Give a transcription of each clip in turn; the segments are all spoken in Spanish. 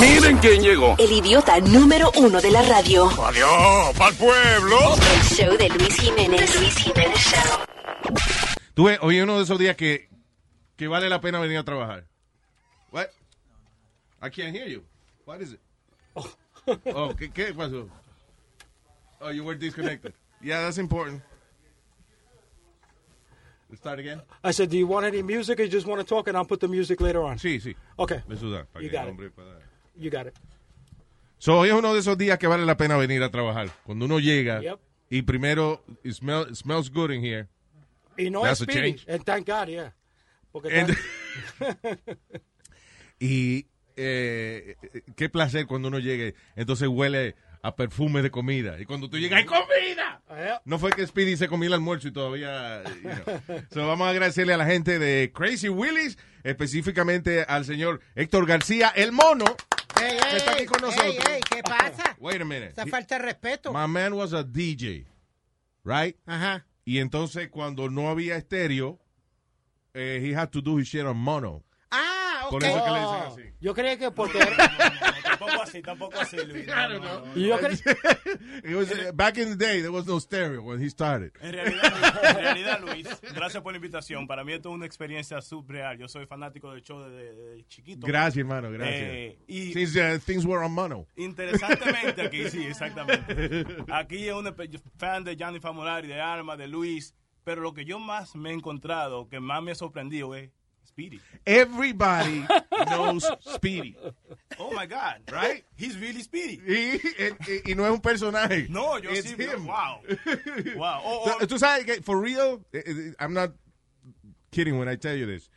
Miren quién llegó. El idiota número uno de la radio. Adiós, pa'l pueblo. El show de Luis Jiménez. Luis Jiménez Show. Tuve hoy es uno de esos días que, que vale la pena venir a trabajar. What? I can't hear you. What is it? Oh, ¿qué, qué pasó? Oh, you were disconnected. Yeah, that's important. Let's Start again. I said, do you want any music or you just want to talk? And I'll put the music later on. Sí, sí. Okay, Me suda. Para Oh. You que got el it. hombre pueda- you got it. So, hoy es uno de esos días que vale la pena venir a trabajar. Cuando uno llega Yep. y primero, it, smell- it smells good in here. Y no That's es a Speedy. change. And thank God, yeah. Porque And- thank- y eh, qué placer cuando uno llegue. Entonces huele a perfume de comida. Y cuando tú llegas, ¡hay comida! Yeah. No fue que Speedy se comió el almuerzo y todavía. you know. So, vamos a agradecerle a la gente de Crazy Willis, específicamente al señor Héctor García, el mono, Ey, que está aquí con ey, nosotros. ey, ¿Qué pasa? Wait a minute. Esa He- falta de respeto. My man was a DJ, right? Ajá. Y entonces cuando no había estéreo, eh, he had to do his shit on mono. Ah, ok. Por eso que le dicen así. oh, Yo creía que porque... Tampoco así, tampoco así, Luis. No, no, no. yo cre- It was, uh, back in the day, there was no stereo when he started. En realidad, en realidad, Luis, gracias por la invitación. Para mí esto es una experiencia surreal. Yo soy fanático del show desde desde chiquito. Gracias, hermano, gracias. Eh, y- Since uh, things were on mono. Interesantemente aquí, sí, exactamente. Aquí es un espe- fan de Gianni Famolari, de Arma, de Luis. Pero lo que yo más me he encontrado, que más me ha sorprendido es Speedy. Everybody knows Speedy, Oh, my God. right? He's really Speedy. Y, eh, y- y no es un personaje. No, yo It's sí. him. Wow. Wow. Oh, oh, Tú- Tú sabes que, for real, eh, eh, I'm not kidding when I tell you this.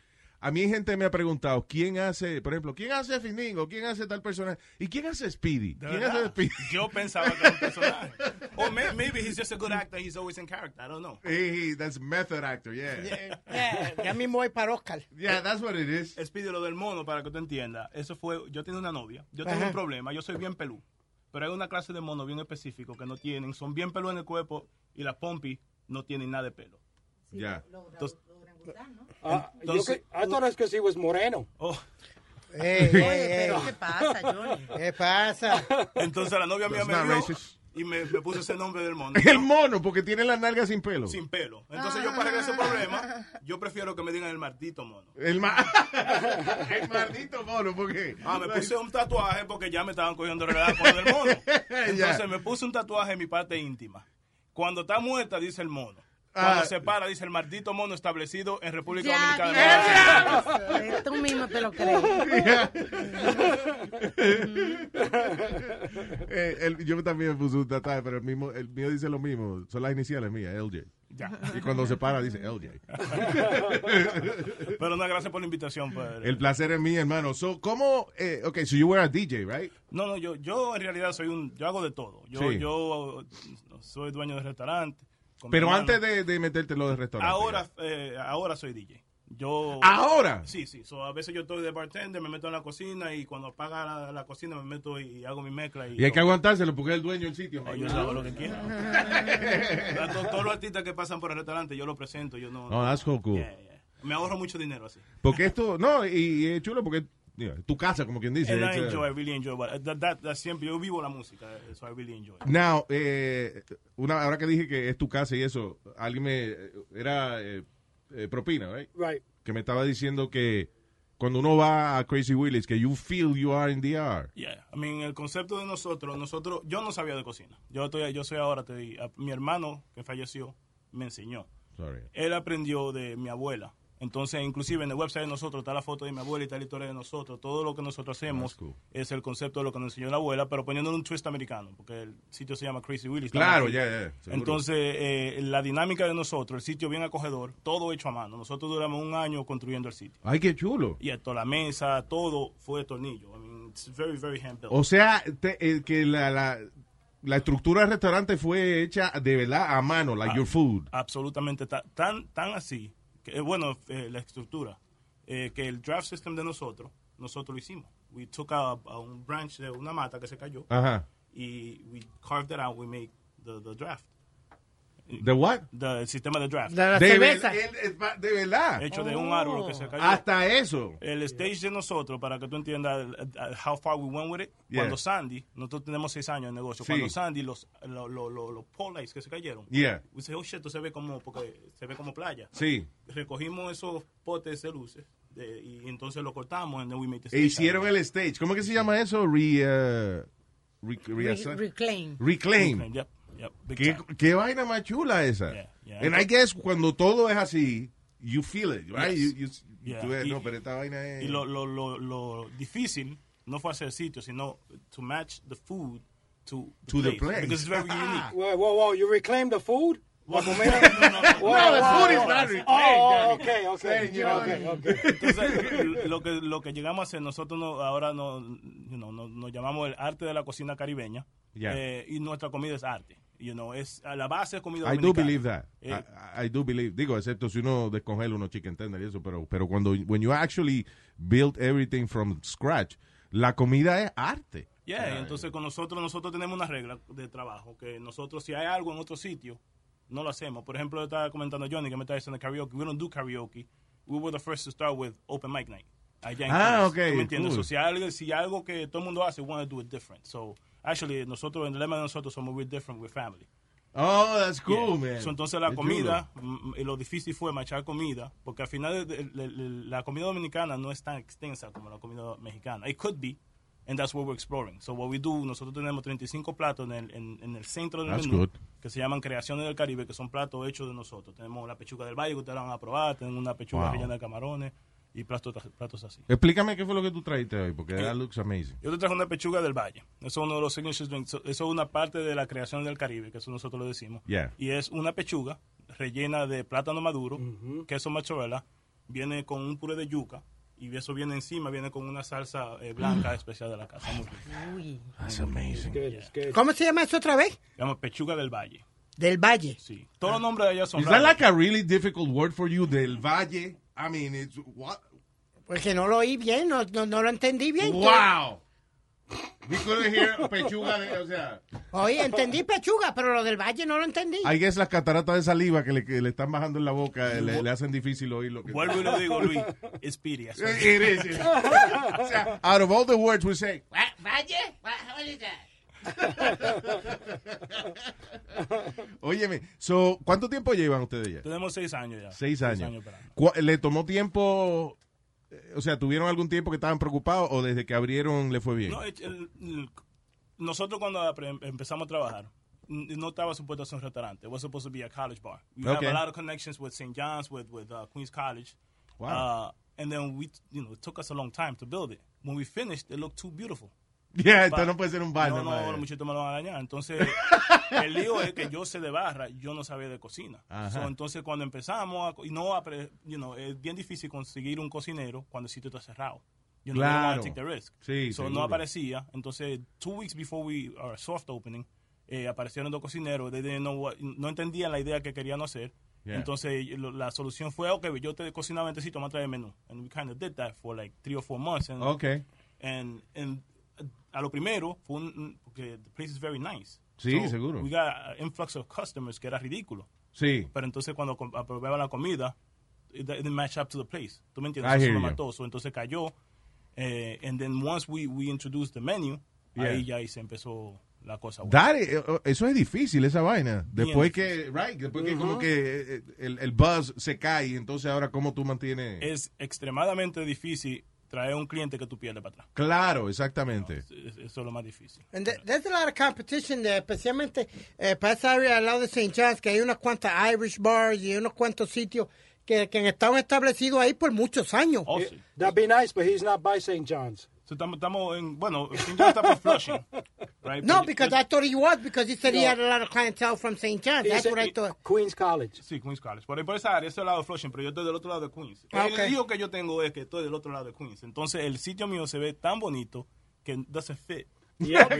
A mí gente me ha preguntado, ¿quién hace, por ejemplo, quién hace Finingo? ¿Quién hace tal personaje? ¿Y quién hace Speedy? ¿De ¿Quién hace verdad? Speedy? Yo pensaba que era un personaje. O may- maybe he's just a good actor. He's always in character. I don't know. Hey, hey, that's method actor, yeah. yeah. Eh, ya mismo voy para Oscar. that's what it is. Speedy, lo del mono, para que tú entiendas. Eso fue. Yo tenía una novia. Yo tengo un problema. Yo soy bien pelú. Pero hay una clase de mono bien específico que no tienen. Son bien pelú en el cuerpo y las pompis no tienen nada de pelo. Ya. Entonces, Ah, yo cre- Entonces- I thought that's because he was moreno. oh, Ey, Oye, ey, pero ey. ¿qué pasa, Johnny? ¿Qué pasa? entonces la novia mía That's me not vio racist. y me, me puso ese nombre del mono. El mono, porque tiene la nalga sin pelo. Sin pelo. Entonces yo para arreglar ese problema, yo prefiero que me digan el martito mono. El, ma el maldito mono, porque... Ah, me puse un tatuaje porque ya me estaban cogiendo regaladas con el mono. Entonces Ya. me puse un tatuaje en mi parte íntima. Cuando está muerta, dice el mono. Cuando Ah. se para, dice el maldito mono establecido en República Ya, Dominicana. diablo. Tú mismo te lo crees. Eh, el- yo también me puse un tatuaje, pero el, mismo, el mío dice lo mismo. Son las iniciales mías, LJ. Ya. Y cuando se para dice LJ. Pero no, gracias por la invitación. padre. El placer es mío, hermano. So, ¿cómo? Eh, ok, so you were a DJ, right? No, no, yo, yo en realidad soy un, yo hago de todo. Yo, Sí. yo eh, soy dueño de restaurante. con mi Pero hermano. antes de, de meterte en lo de restaurante. Ahora, eh, ahora soy DJ. Yo. ¿Ahora? Sí, sí. So, a veces yo estoy de bartender, me meto en la cocina y cuando apaga la, la cocina me meto y, hago mi mezcla. Y, Y hay que aguantárselo porque es el dueño del sitio. No, man. yo hago lo que quiera. A to- Todos los artistas que pasan por el restaurante, yo los presento. Yo no. No, that's so cool. Yeah, yeah. Me ahorro mucho dinero así. Porque esto, no, y, y es chulo porque mira, es tu casa, como quien dice. And It's, I uh, enjoy, I really enjoy. But that, that- that siempre, yo vivo la música, so I really enjoy. Now, eh, una, ahora que dije que es tu casa y eso, alguien me, era eh, eh, propina, right? Right. que me estaba diciendo que cuando uno va a Crazy Willis, que you feel you are in the air. Yeah. I mean, el concepto de nosotros, nosotros, yo no sabía de cocina. Yo estoy, yo soy ahora, te di- a- mi hermano que falleció me enseñó. Sorry. Él aprendió de mi abuela. Entonces, inclusive en el website de nosotros está la foto de mi abuela y está la historia de nosotros. Todo lo que nosotros hacemos That's cool. es el concepto de lo que nos enseñó la abuela, pero poniéndole un twist americano, porque el sitio se llama Crazy Willis. Claro, Estamos aquí. ya, ya. seguro. Entonces, eh, la dinámica de nosotros, el sitio bien acogedor, todo hecho a mano. Nosotros duramos un año construyendo el sitio. Ay, qué chulo. Y esto, la mesa, todo fue de tornillo. I mean, it's very, very hand-built. O sea, te- eh, que la, la, la estructura del restaurante fue hecha de verdad a mano, Ah. like your food. Absolutamente ta- tan, tan así, que, eh, bueno, eh, la estructura, eh, que el draft system de nosotros, nosotros lo hicimos. We took a, a un branch de una mata que se cayó Ajá. y we carved it out, we made the, the draft. ¿De what? del sistema de draft. La, la De, ver- cerveza. él es pa- de verdad. hecho de un árbol que se cayó. Oh. Hasta eso. el stage de nosotros, para que tú entiendas el- el- how far we went with it, Yeah. cuando Sandy, nosotros tenemos seis años de negocio, Sí. cuando Sandy, los, los, los, los, los pole lights que se cayeron, Yeah. we say, oh shit, esto se ve como, porque se ve como playa. Sí. Recogimos esos potes de luces de- y entonces lo cortamos and then we made the E stage hicieron out el stage. ¿Cómo que se llama eso? Re, eh, re- Re- reasa- reclaim. of it. reclaim. Yep, yep, big ¿Qué, time. qué vaina más chula esa. Yeah, yeah. And I guess cuando todo es así, you feel it, right? Yes. You- you- Yeah. tú ves, Y- no, pero esta vaina es... Y lo, lo, lo, lo difícil no fue hacer sitio, sino to match the food to the, To the place, place. Ah. Because it's very unique. Whoa, whoa, whoa. You reclaim the food? Well, Whoa, no, no, no. whoa, the whoa. food is not reclaimed, Oh, Johnny. okay, okay. okay, okay. Entonces, lo que, lo que llegamos a hacer, nosotros no- ahora no, you know, no- nos llamamos el arte de la cocina caribeña. Yeah. Eh, y nuestra comida es arte. You know, es, a la base es comida I do dominicana. believe that. Eh, I, I do believe. Digo, excepto si uno descongela unos chicken tender y eso, pero, pero cuando when you actually build everything from scratch, la comida es arte. yeah, y entonces con nosotros, nosotros tenemos una regla de trabajo, que nosotros si hay algo en otro sitio, no lo hacemos. Por ejemplo, estaba comentando Johnny que me está diciendo karaoke. We don't do karaoke. We were the first to start with open mic night. Allá en Ah, Queens. okay, ¿Tú me entiendes? cool. So, si, hay algo, si hay algo que todo el mundo hace, we want to do it different. So, actually, nosotros, el lema de nosotros somos we're different, we're family. Oh, that's cool, Yeah. man. So, entonces la Qué comida, mm, y lo difícil fue machar comida, porque al final de- de- de- la comida dominicana no es tan extensa como la comida mexicana. It could be, and that's what we're exploring. So what we do, nosotros tenemos 35 platos en el, en, en el centro del That's menú, good. que se llaman Creaciones del Caribe, que son platos hechos de nosotros. Tenemos la pechuga del valle, que ustedes la van a probar, tenemos una pechuga Wow. rellena de camarones, y platos, platos así. Explícame qué fue lo que tú traiste hoy, porque that looks amazing. Yo te traje una pechuga del valle. Eso es uno de los signature drinks. So- Eso es una parte de la creación del Caribe, que eso nosotros lo decimos. Yeah. Y es una pechuga rellena de plátano maduro, queso mozzarella, viene con un puré de yuca y eso viene encima, viene con una salsa eh, blanca especial de la casa. Muy rico. Uy. That's amazing. Good, it's good. ¿Cómo se llama eso otra vez? Se llama pechuga del valle. Del Valle. Sí. Todos los nombres de ella son Is that raros. like a really difficult word for you, del valle? I mean, it's what? Porque no lo oí bien, no, no, no lo entendí bien. Wow. We couldn't hear pechuga, de- o sea. Oye, entendí pechuga, pero lo del Valle no lo entendí. I guess las cataratas de saliva que le, que le están bajando en la boca eh, le, le hacen difícil oír lo que Vuelvo y le digo, Luis, es piri. así. It is. it is. o sea, out of all the words we say, Óyeme, so, ¿cuánto tiempo llevan ustedes ya? Tenemos seis años ya. Seis años. para- Cu- ¿Le tomó tiempo, eh, o sea, tuvieron algún tiempo que estaban preocupados o desde que abrieron le fue bien? No, el- el- el- nosotros cuando apre- empezamos a trabajar, n- no estaba supuesto a ser un restaurante. It was supposed to be a college bar. We Okay. have a lot of connections with St. John's, with, with uh, Queens College. Wow. Uh, and then we, you know, it took us a long time to build it. When we finished, it looked too beautiful. yeah, esto no puede ser un bar. No, nada más. no, los muchachos me lo van a dañar. Entonces, el lío es que yo sé de barra, yo no sabía de cocina. Ajá. So, entonces, cuando empezamos, a co- y no, apre- you know, es bien difícil conseguir un cocinero cuando el sitio está cerrado. You know, you don't wanna Claro. take the risk. Sí, So, seguro. no aparecía. Entonces, two weeks before we, our soft opening, eh, aparecieron dos cocineros. They didn't know what- no entendían la idea que querían hacer. Yeah. Entonces, lo- la solución fue, ok, yo te cocinaba en este sitio, me trae el menú. And we kind of did that for like three or four months. And Ok. And, and uh, a lo primero fue un- un, porque the place is very nice. Sí, seguro. We got an influx of customers que era ridículo. Sí. Pero entonces cuando com- aprobaba la comida, it, it didn't match up to the place. ¿Tú me entiendes? I Eso hear lo you. mató. So, entonces cayó. Eh, and then once we, we introduced the menu, Yeah. ahí ya ahí se empezó la cosa. buena. Dar, eh, eh, eso es difícil, esa vaina. Después que, right, después que como que eh, el, el buzz se cae, y entonces ahora cómo tú mantienes... Es extremadamente difícil traer un cliente que tú pierdes para atrás. Claro, exactamente. Es- Eso es lo más difícil. And there- there's a lot of competition there, especialmente eh, para esa área al lado de St. John's, que hay unas cuantas Irish bars y unos cuantos sitios que, que han estado establecidos ahí por muchos años. Oh, sí. That'd be nice, but he's not by St. John's. So, estamos- estamos en, bueno, St. John está por Flushing. Right? No, Pero- because I thought he was, because he said he had a lot of clientele from St. John's. He's That's what I at thought. Queens College. Sí, Queens College. Por ahí por esa área, ese lado de Flushing, pero yo estoy del otro lado de Queens. Ah, ok. El lío que yo tengo es que estoy del otro lado de Queens. Entonces, el sitio mío se ve tan bonito que doesn't fit.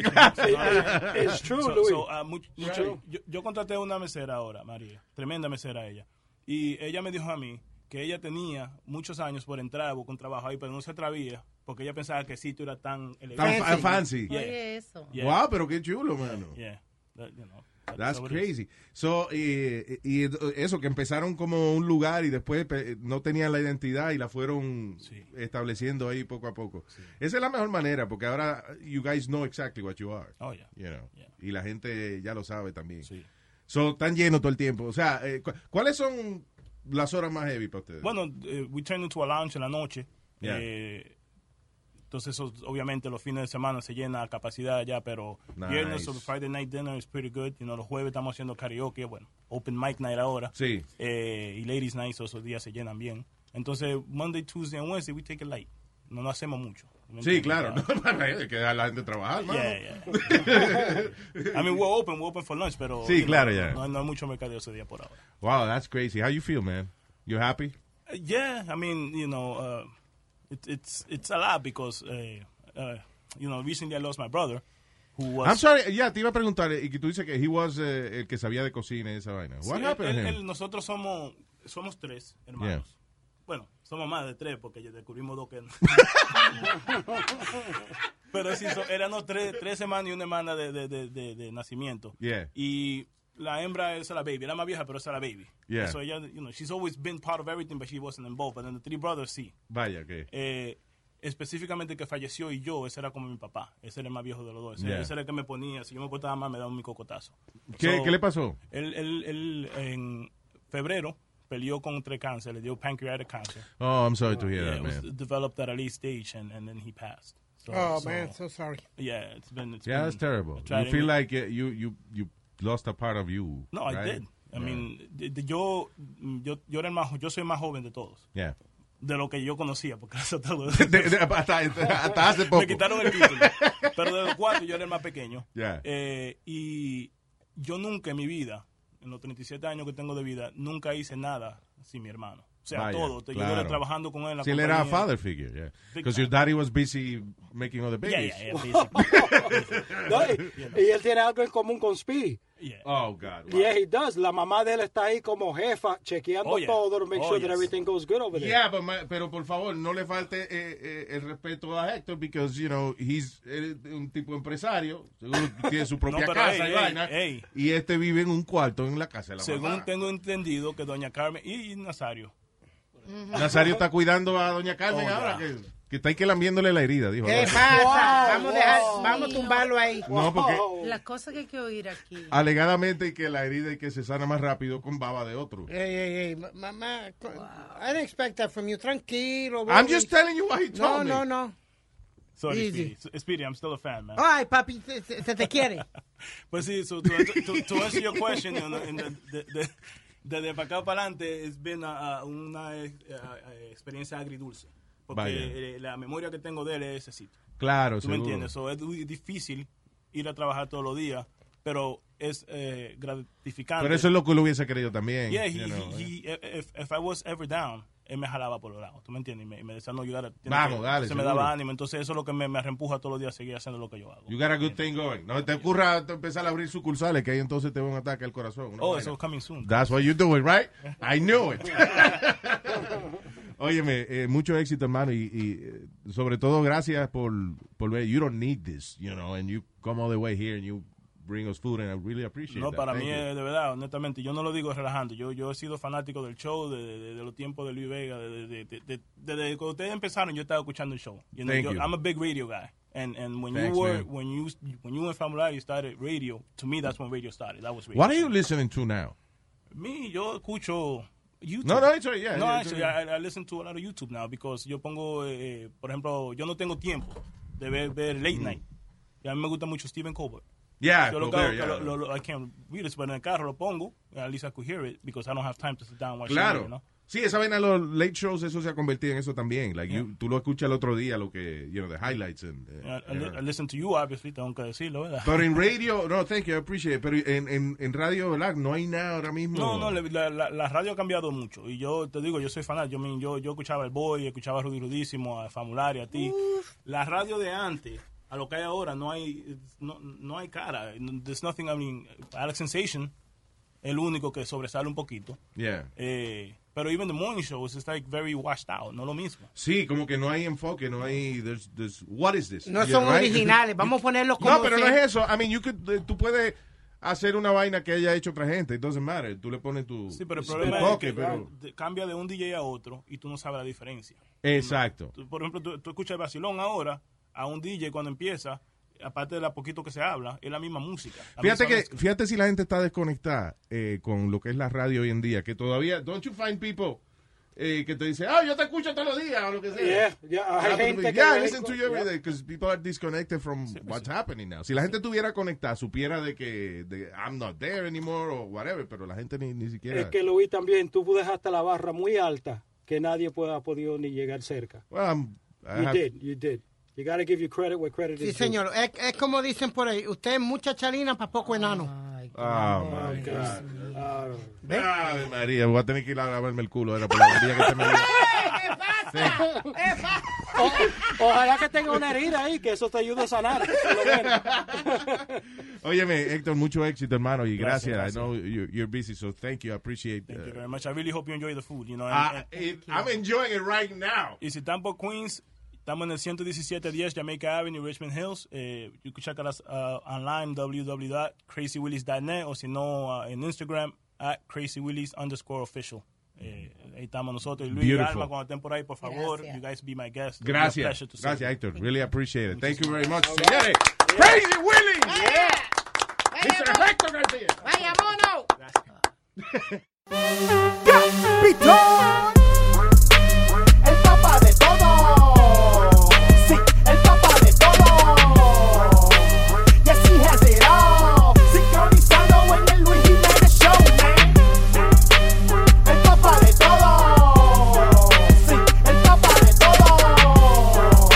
It- it's true, So- Louis. so, ah, much- mucho- yo, yo contraté una mesera ahora, María, tremenda mesera ella. Y ella me dijo a mí que ella tenía muchos años por entrar con trabajo ahí, pero no se atrevía porque ella pensaba que el sitio era tan Tan elegante. fa- fancy. Yeah. Oye, eso. Yeah, Wow, pero qué chulo, mano. yeah. That, you know. That's That's what it is. crazy. So, y, y eso, que empezaron como un lugar y después pe- no tenían la identidad y la fueron Sí. estableciendo ahí poco a poco. Esa es la mejor manera, porque ahora you guys know exactly what you are. Oh, yeah. you know. Yeah. Y la gente ya lo sabe también. Sí. So, están llenos todo el tiempo. O sea, eh, cu- ¿cuáles son las horas más heavy para ustedes? Bueno, eh, we turn into a lounge en la noche. Yeah. Eh, entonces, eso, obviamente, los fines de semana se llena a capacidad ya, pero Nice. viernes o Friday night dinner is pretty good. You know, los jueves estamos haciendo karaoke, bueno, open mic night ahora. Sí. Eh, y ladies night, so esos días se llenan bien. Entonces, Monday, Tuesday and Wednesday, we take it light. No, no hacemos mucho. ¿Me sí, entiendes? claro. Yeah. No, para hay que dejar a la gente trabajar, mano. Yeah, yeah. I mean, we're open, we're open for lunch, pero Sí, you know, claro, yeah. no, no hay mucho mercadeo ese día por ahora. Wow, that's crazy. How you feel, man? You happy? Uh, Yeah, I mean, you know, uh, it, it's it's a lot because, uh, uh, you know, recently I lost my brother, who was. I'm sorry, ya te iba a preguntar, eh, y que tú dices que he was eh, el que sabía de cocina y esa vaina. What Sí, happened él- to él- him? él- nosotros somos somos tres hermanos. Bueno, somos más de tres porque ya descubrimos dos que no. Pero sí, so- éramos tres, tres hermanos y una hermana de, de, de, de- de nacimiento. Yeah. Y la hembra es la baby, era más vieja, pero esa es la baby. Yeah. So ella, you know, she's always been part of everything, but she wasn't involved. But then the three brothers, sí. Vaya, que. eh, específicamente el que falleció y yo, ese era como mi papá. Ese era el más viejo de los dos. Ese, Yeah. ese era el que me ponía. Si yo me cortaba más, me daba mi cocotazo. ¿Qué, So, ¿Qué le pasó? Él, él- él en febrero peleó contra el cáncer, le dio pancreatic cancer. Oh, I'm sorry to hear Uh, Yeah, that, it was man. developed at a late stage and, and then he passed. So- Oh, so, man, so sorry. Yeah, it's been. it's Yeah, that's been terrible. a You tragedy. feel like eh, you, you, you lost a part of you. No, I right? did. I mean, de- de- yo, yo, yo, era el más, jo- yo soy el más joven de todos. Yeah. De lo que yo conocía, porque eso todo- De- de- hasta, hasta hace poco. Me quitaron el título. Pero de los cuatro yo era el más pequeño. Yeah. Eh, y yo nunca en mi vida, en los 37 años que tengo de vida, nunca hice nada sin mi hermano. O sea, Vaya, todo. Te- Yo claro. duré trabajando con él. en la Si él era a compañía. father figure, yeah. Big Because your daddy was busy making other Yeah, babies. yeah, yeah, basically. No, y, y él tiene algo en común con Speedy. Yeah. Oh, God. wow. Yeah, he does. La mamá de él está ahí como jefa, chequeando Oh, yeah. todo to make Oh, sure that yes. everything goes good over there. Yeah, but ma- pero por favor, no le falte eh, eh, el respeto a Héctor, because, you know, he's eh, un tipo empresario, seguro que tiene su propia pero casa ey, y ey, vaina, ey. y este vive en un cuarto en la casa de la Según mamá. tengo entendido que doña Carmen y, y Nazario. Nazario está cuidando a doña Carmen Oh, ya. ahora, que, que está ahí que lambiéndole la herida, dijo. ¿Qué ahora. pasa? Wow, vamos, a dejar- wow. vamos a tumbarlo ahí. No, porque Oh. Las cosas que hay que oír aquí. alegadamente y que la herida y que se sana más rápido con baba de otro. Ey, ey, ey, ma- mamá, co- I didn't expect that from you. Tranquilo. I'm Bobby. just telling you what he No, told me. no, no. Sorry, Easy. Speedy. So- Speedy, I'm still a fan, man. Ay, papi, se, se- se te quiere. Pues sí, so to, to, to answer your question, you know, in the- the- the- desde para acá para adelante, es been a- a una eh, eh, experiencia agridulce. Porque Vaya. eh, la memoria que tengo de él es ese sitio. Claro, ¿Tú me seguro. entiendes? So, es muy difícil ir a trabajar todos los días, pero es eh, gratificante. Pero eso es lo que lo hubiese querido también. Yeah, he, you know, he, eh. he- if, if I was ever down, él me jalaba por los lados, ¿tú me entiendes? Y me, y me decía, no, you gotta- tienes Vamos, que- dale, Se me seguro. daba ánimo, entonces eso es lo que me, me reempuja todos los días a seguir haciendo lo que yo hago. You got a good thing going. No te ocurra empezar a abrir sucursales, que ahí entonces te va un ataque al corazón. una Oh, vaina. eso coming soon. That's what you're doing, right? I knew it. Óyeme, eh, mucho éxito, hermano, y, y, eh, sobre todo gracias por, por ver. You don't need this, you know, and you come all the way here and you bring us food, and I really appreciate No, that. para Thank mí, you. eh, de verdad, honestamente, yo no lo digo relajando. Yo, yo he sido fanático del show de, de- de los tiempos de Luis Vega. de- de- de- de- de- Desde que ustedes empezaron, yo estaba escuchando el show. You know, Thank yo- you. I'm a big radio guy. And, and when Thanks, you were, man. when you, when you and Famulari started radio, to me, that's when radio started. That was radio. What are you listening to now? Me, yo escucho YouTube. No, no, it's all right, yeah, No, yeah, it's actually, all right. I, I listen to a lot of YouTube now because yo pongo, eh, eh, por ejemplo, yo no tengo tiempo de ver, ver late Mm. night. Y a mí me gusta mucho Stephen Colbert. Yeah, Yo lo que Colbert, hago es que yeah. lo- lo- lo- I can't read it, but en el carro lo pongo. At least I could hear it because I don't have time to sit down and watch Claro. TV, you know? Sí, esa vaina, los late shows, eso se ha convertido en eso también. Like you- tú lo escuchas el otro día, lo que, you know, the highlights. And, eh, I, I you li- know. I listen to you, obviously, tengo que decirlo, ¿verdad? Pero en radio, no, thank you, I appreciate it. Pero en, en, en radio, ¿verdad? No hay nada ahora mismo. No, no, la, la- la radio ha cambiado mucho. Y yo te digo, yo soy fanático. Yo, me- yo, yo escuchaba el Boy, escuchaba a Rudy Rudísimo, a Famulari, a ti. La radio de antes, a lo que hay ahora, no hay, no, no hay cara. There's nothing, I mean, Alex Sensation, el único que sobresale un poquito. Yeah. Eh, pero even the morning shows, it's like very washed out, no lo mismo. Sí, como que no hay enfoque, no hay. there's- there's- what is this? No Yeah, son right? originales. Vamos a ponerlos como. No, pero no es eso. I mean, you could, eh, tú puedes hacer una vaina que haya hecho otra gente. It doesn't matter. Tú le pones tu, Sí, pero el tu problema es toque, que pero- de- cambia de un DJ a otro y tú no sabes la diferencia. Exacto. Tú- por ejemplo, tú, tú escuchas el vacilón ahora a un DJ cuando empieza, aparte de la poquito que se habla, es la misma música. la Fíjate misma que, mezcla. fíjate si la gente está desconectada eh, con lo que es la radio hoy en día, que todavía, don't you find people eh, que te dicen, ah, yo te escucho todos los días o lo que sea. Yeah, yeah, hay Ah, pero- gente que yeah, I le- listen to you every yeah. pues day because people are disconnected from what's happening now. Si la gente estuviera conectada, supiera de que de, I'm not there anymore o whatever, pero la gente ni, ni siquiera. Es que lo vi también, tú dejaste la barra muy alta que nadie puede, ha podido ni llegar cerca. Well, I'm- I You have- did, you did. You gotta give you credit where credit Sí, is due. señor. Es, es como dicen por ahí. Usted es mucha chalina para poco enano. Ay, Oh, qué my amor. God. Ah, Ave María, voy a tener que ir a lavarme el culo era por la bandilla que se me dio. ojalá que tenga una herida ahí, que eso te ayude a sanar. por lo menos. Óyeme, Héctor, mucho éxito, hermano, y gracias. Gracias, I know you- you're busy, so thank you. I appreciate Thank you uh, very much. I really hope you enjoy the food. You know, and- I- and- it- I'm enjoying it right now. y si están por Queens, estamos en el 11710 Jamaica Avenue, Richmond Hills. Eh, you can check us uh, online, www.crazywillies.net, o si no, uh, en Instagram, at crazywillies underscore official. Eh, ahí estamos nosotros. Y Luis y Beautiful. Alma, cuando estén por ahí, por favor, Gracias. you guys be my guest. It'll be a Gracias. pleasure to serve you. Gracias, Héctor. Really appreciate it. Thank you very much. Señores, Crazy Willy. Mr. Héctor García. Vaya mono. Pitón, el papá de todo. Sí, el papá de todo. Y así has it all. Sincronizando en el Luis Jiménez Show, man. El papá de todo. Sí, el papá de todo.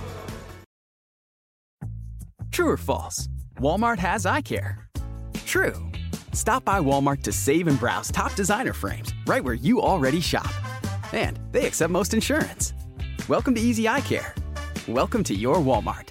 True or false? Walmart has eye care. True. Stop by Walmart to save and browse top designer frames right where you already shop. And they accept most insurance. Welcome to Easy Eye Care. Welcome to your Walmart.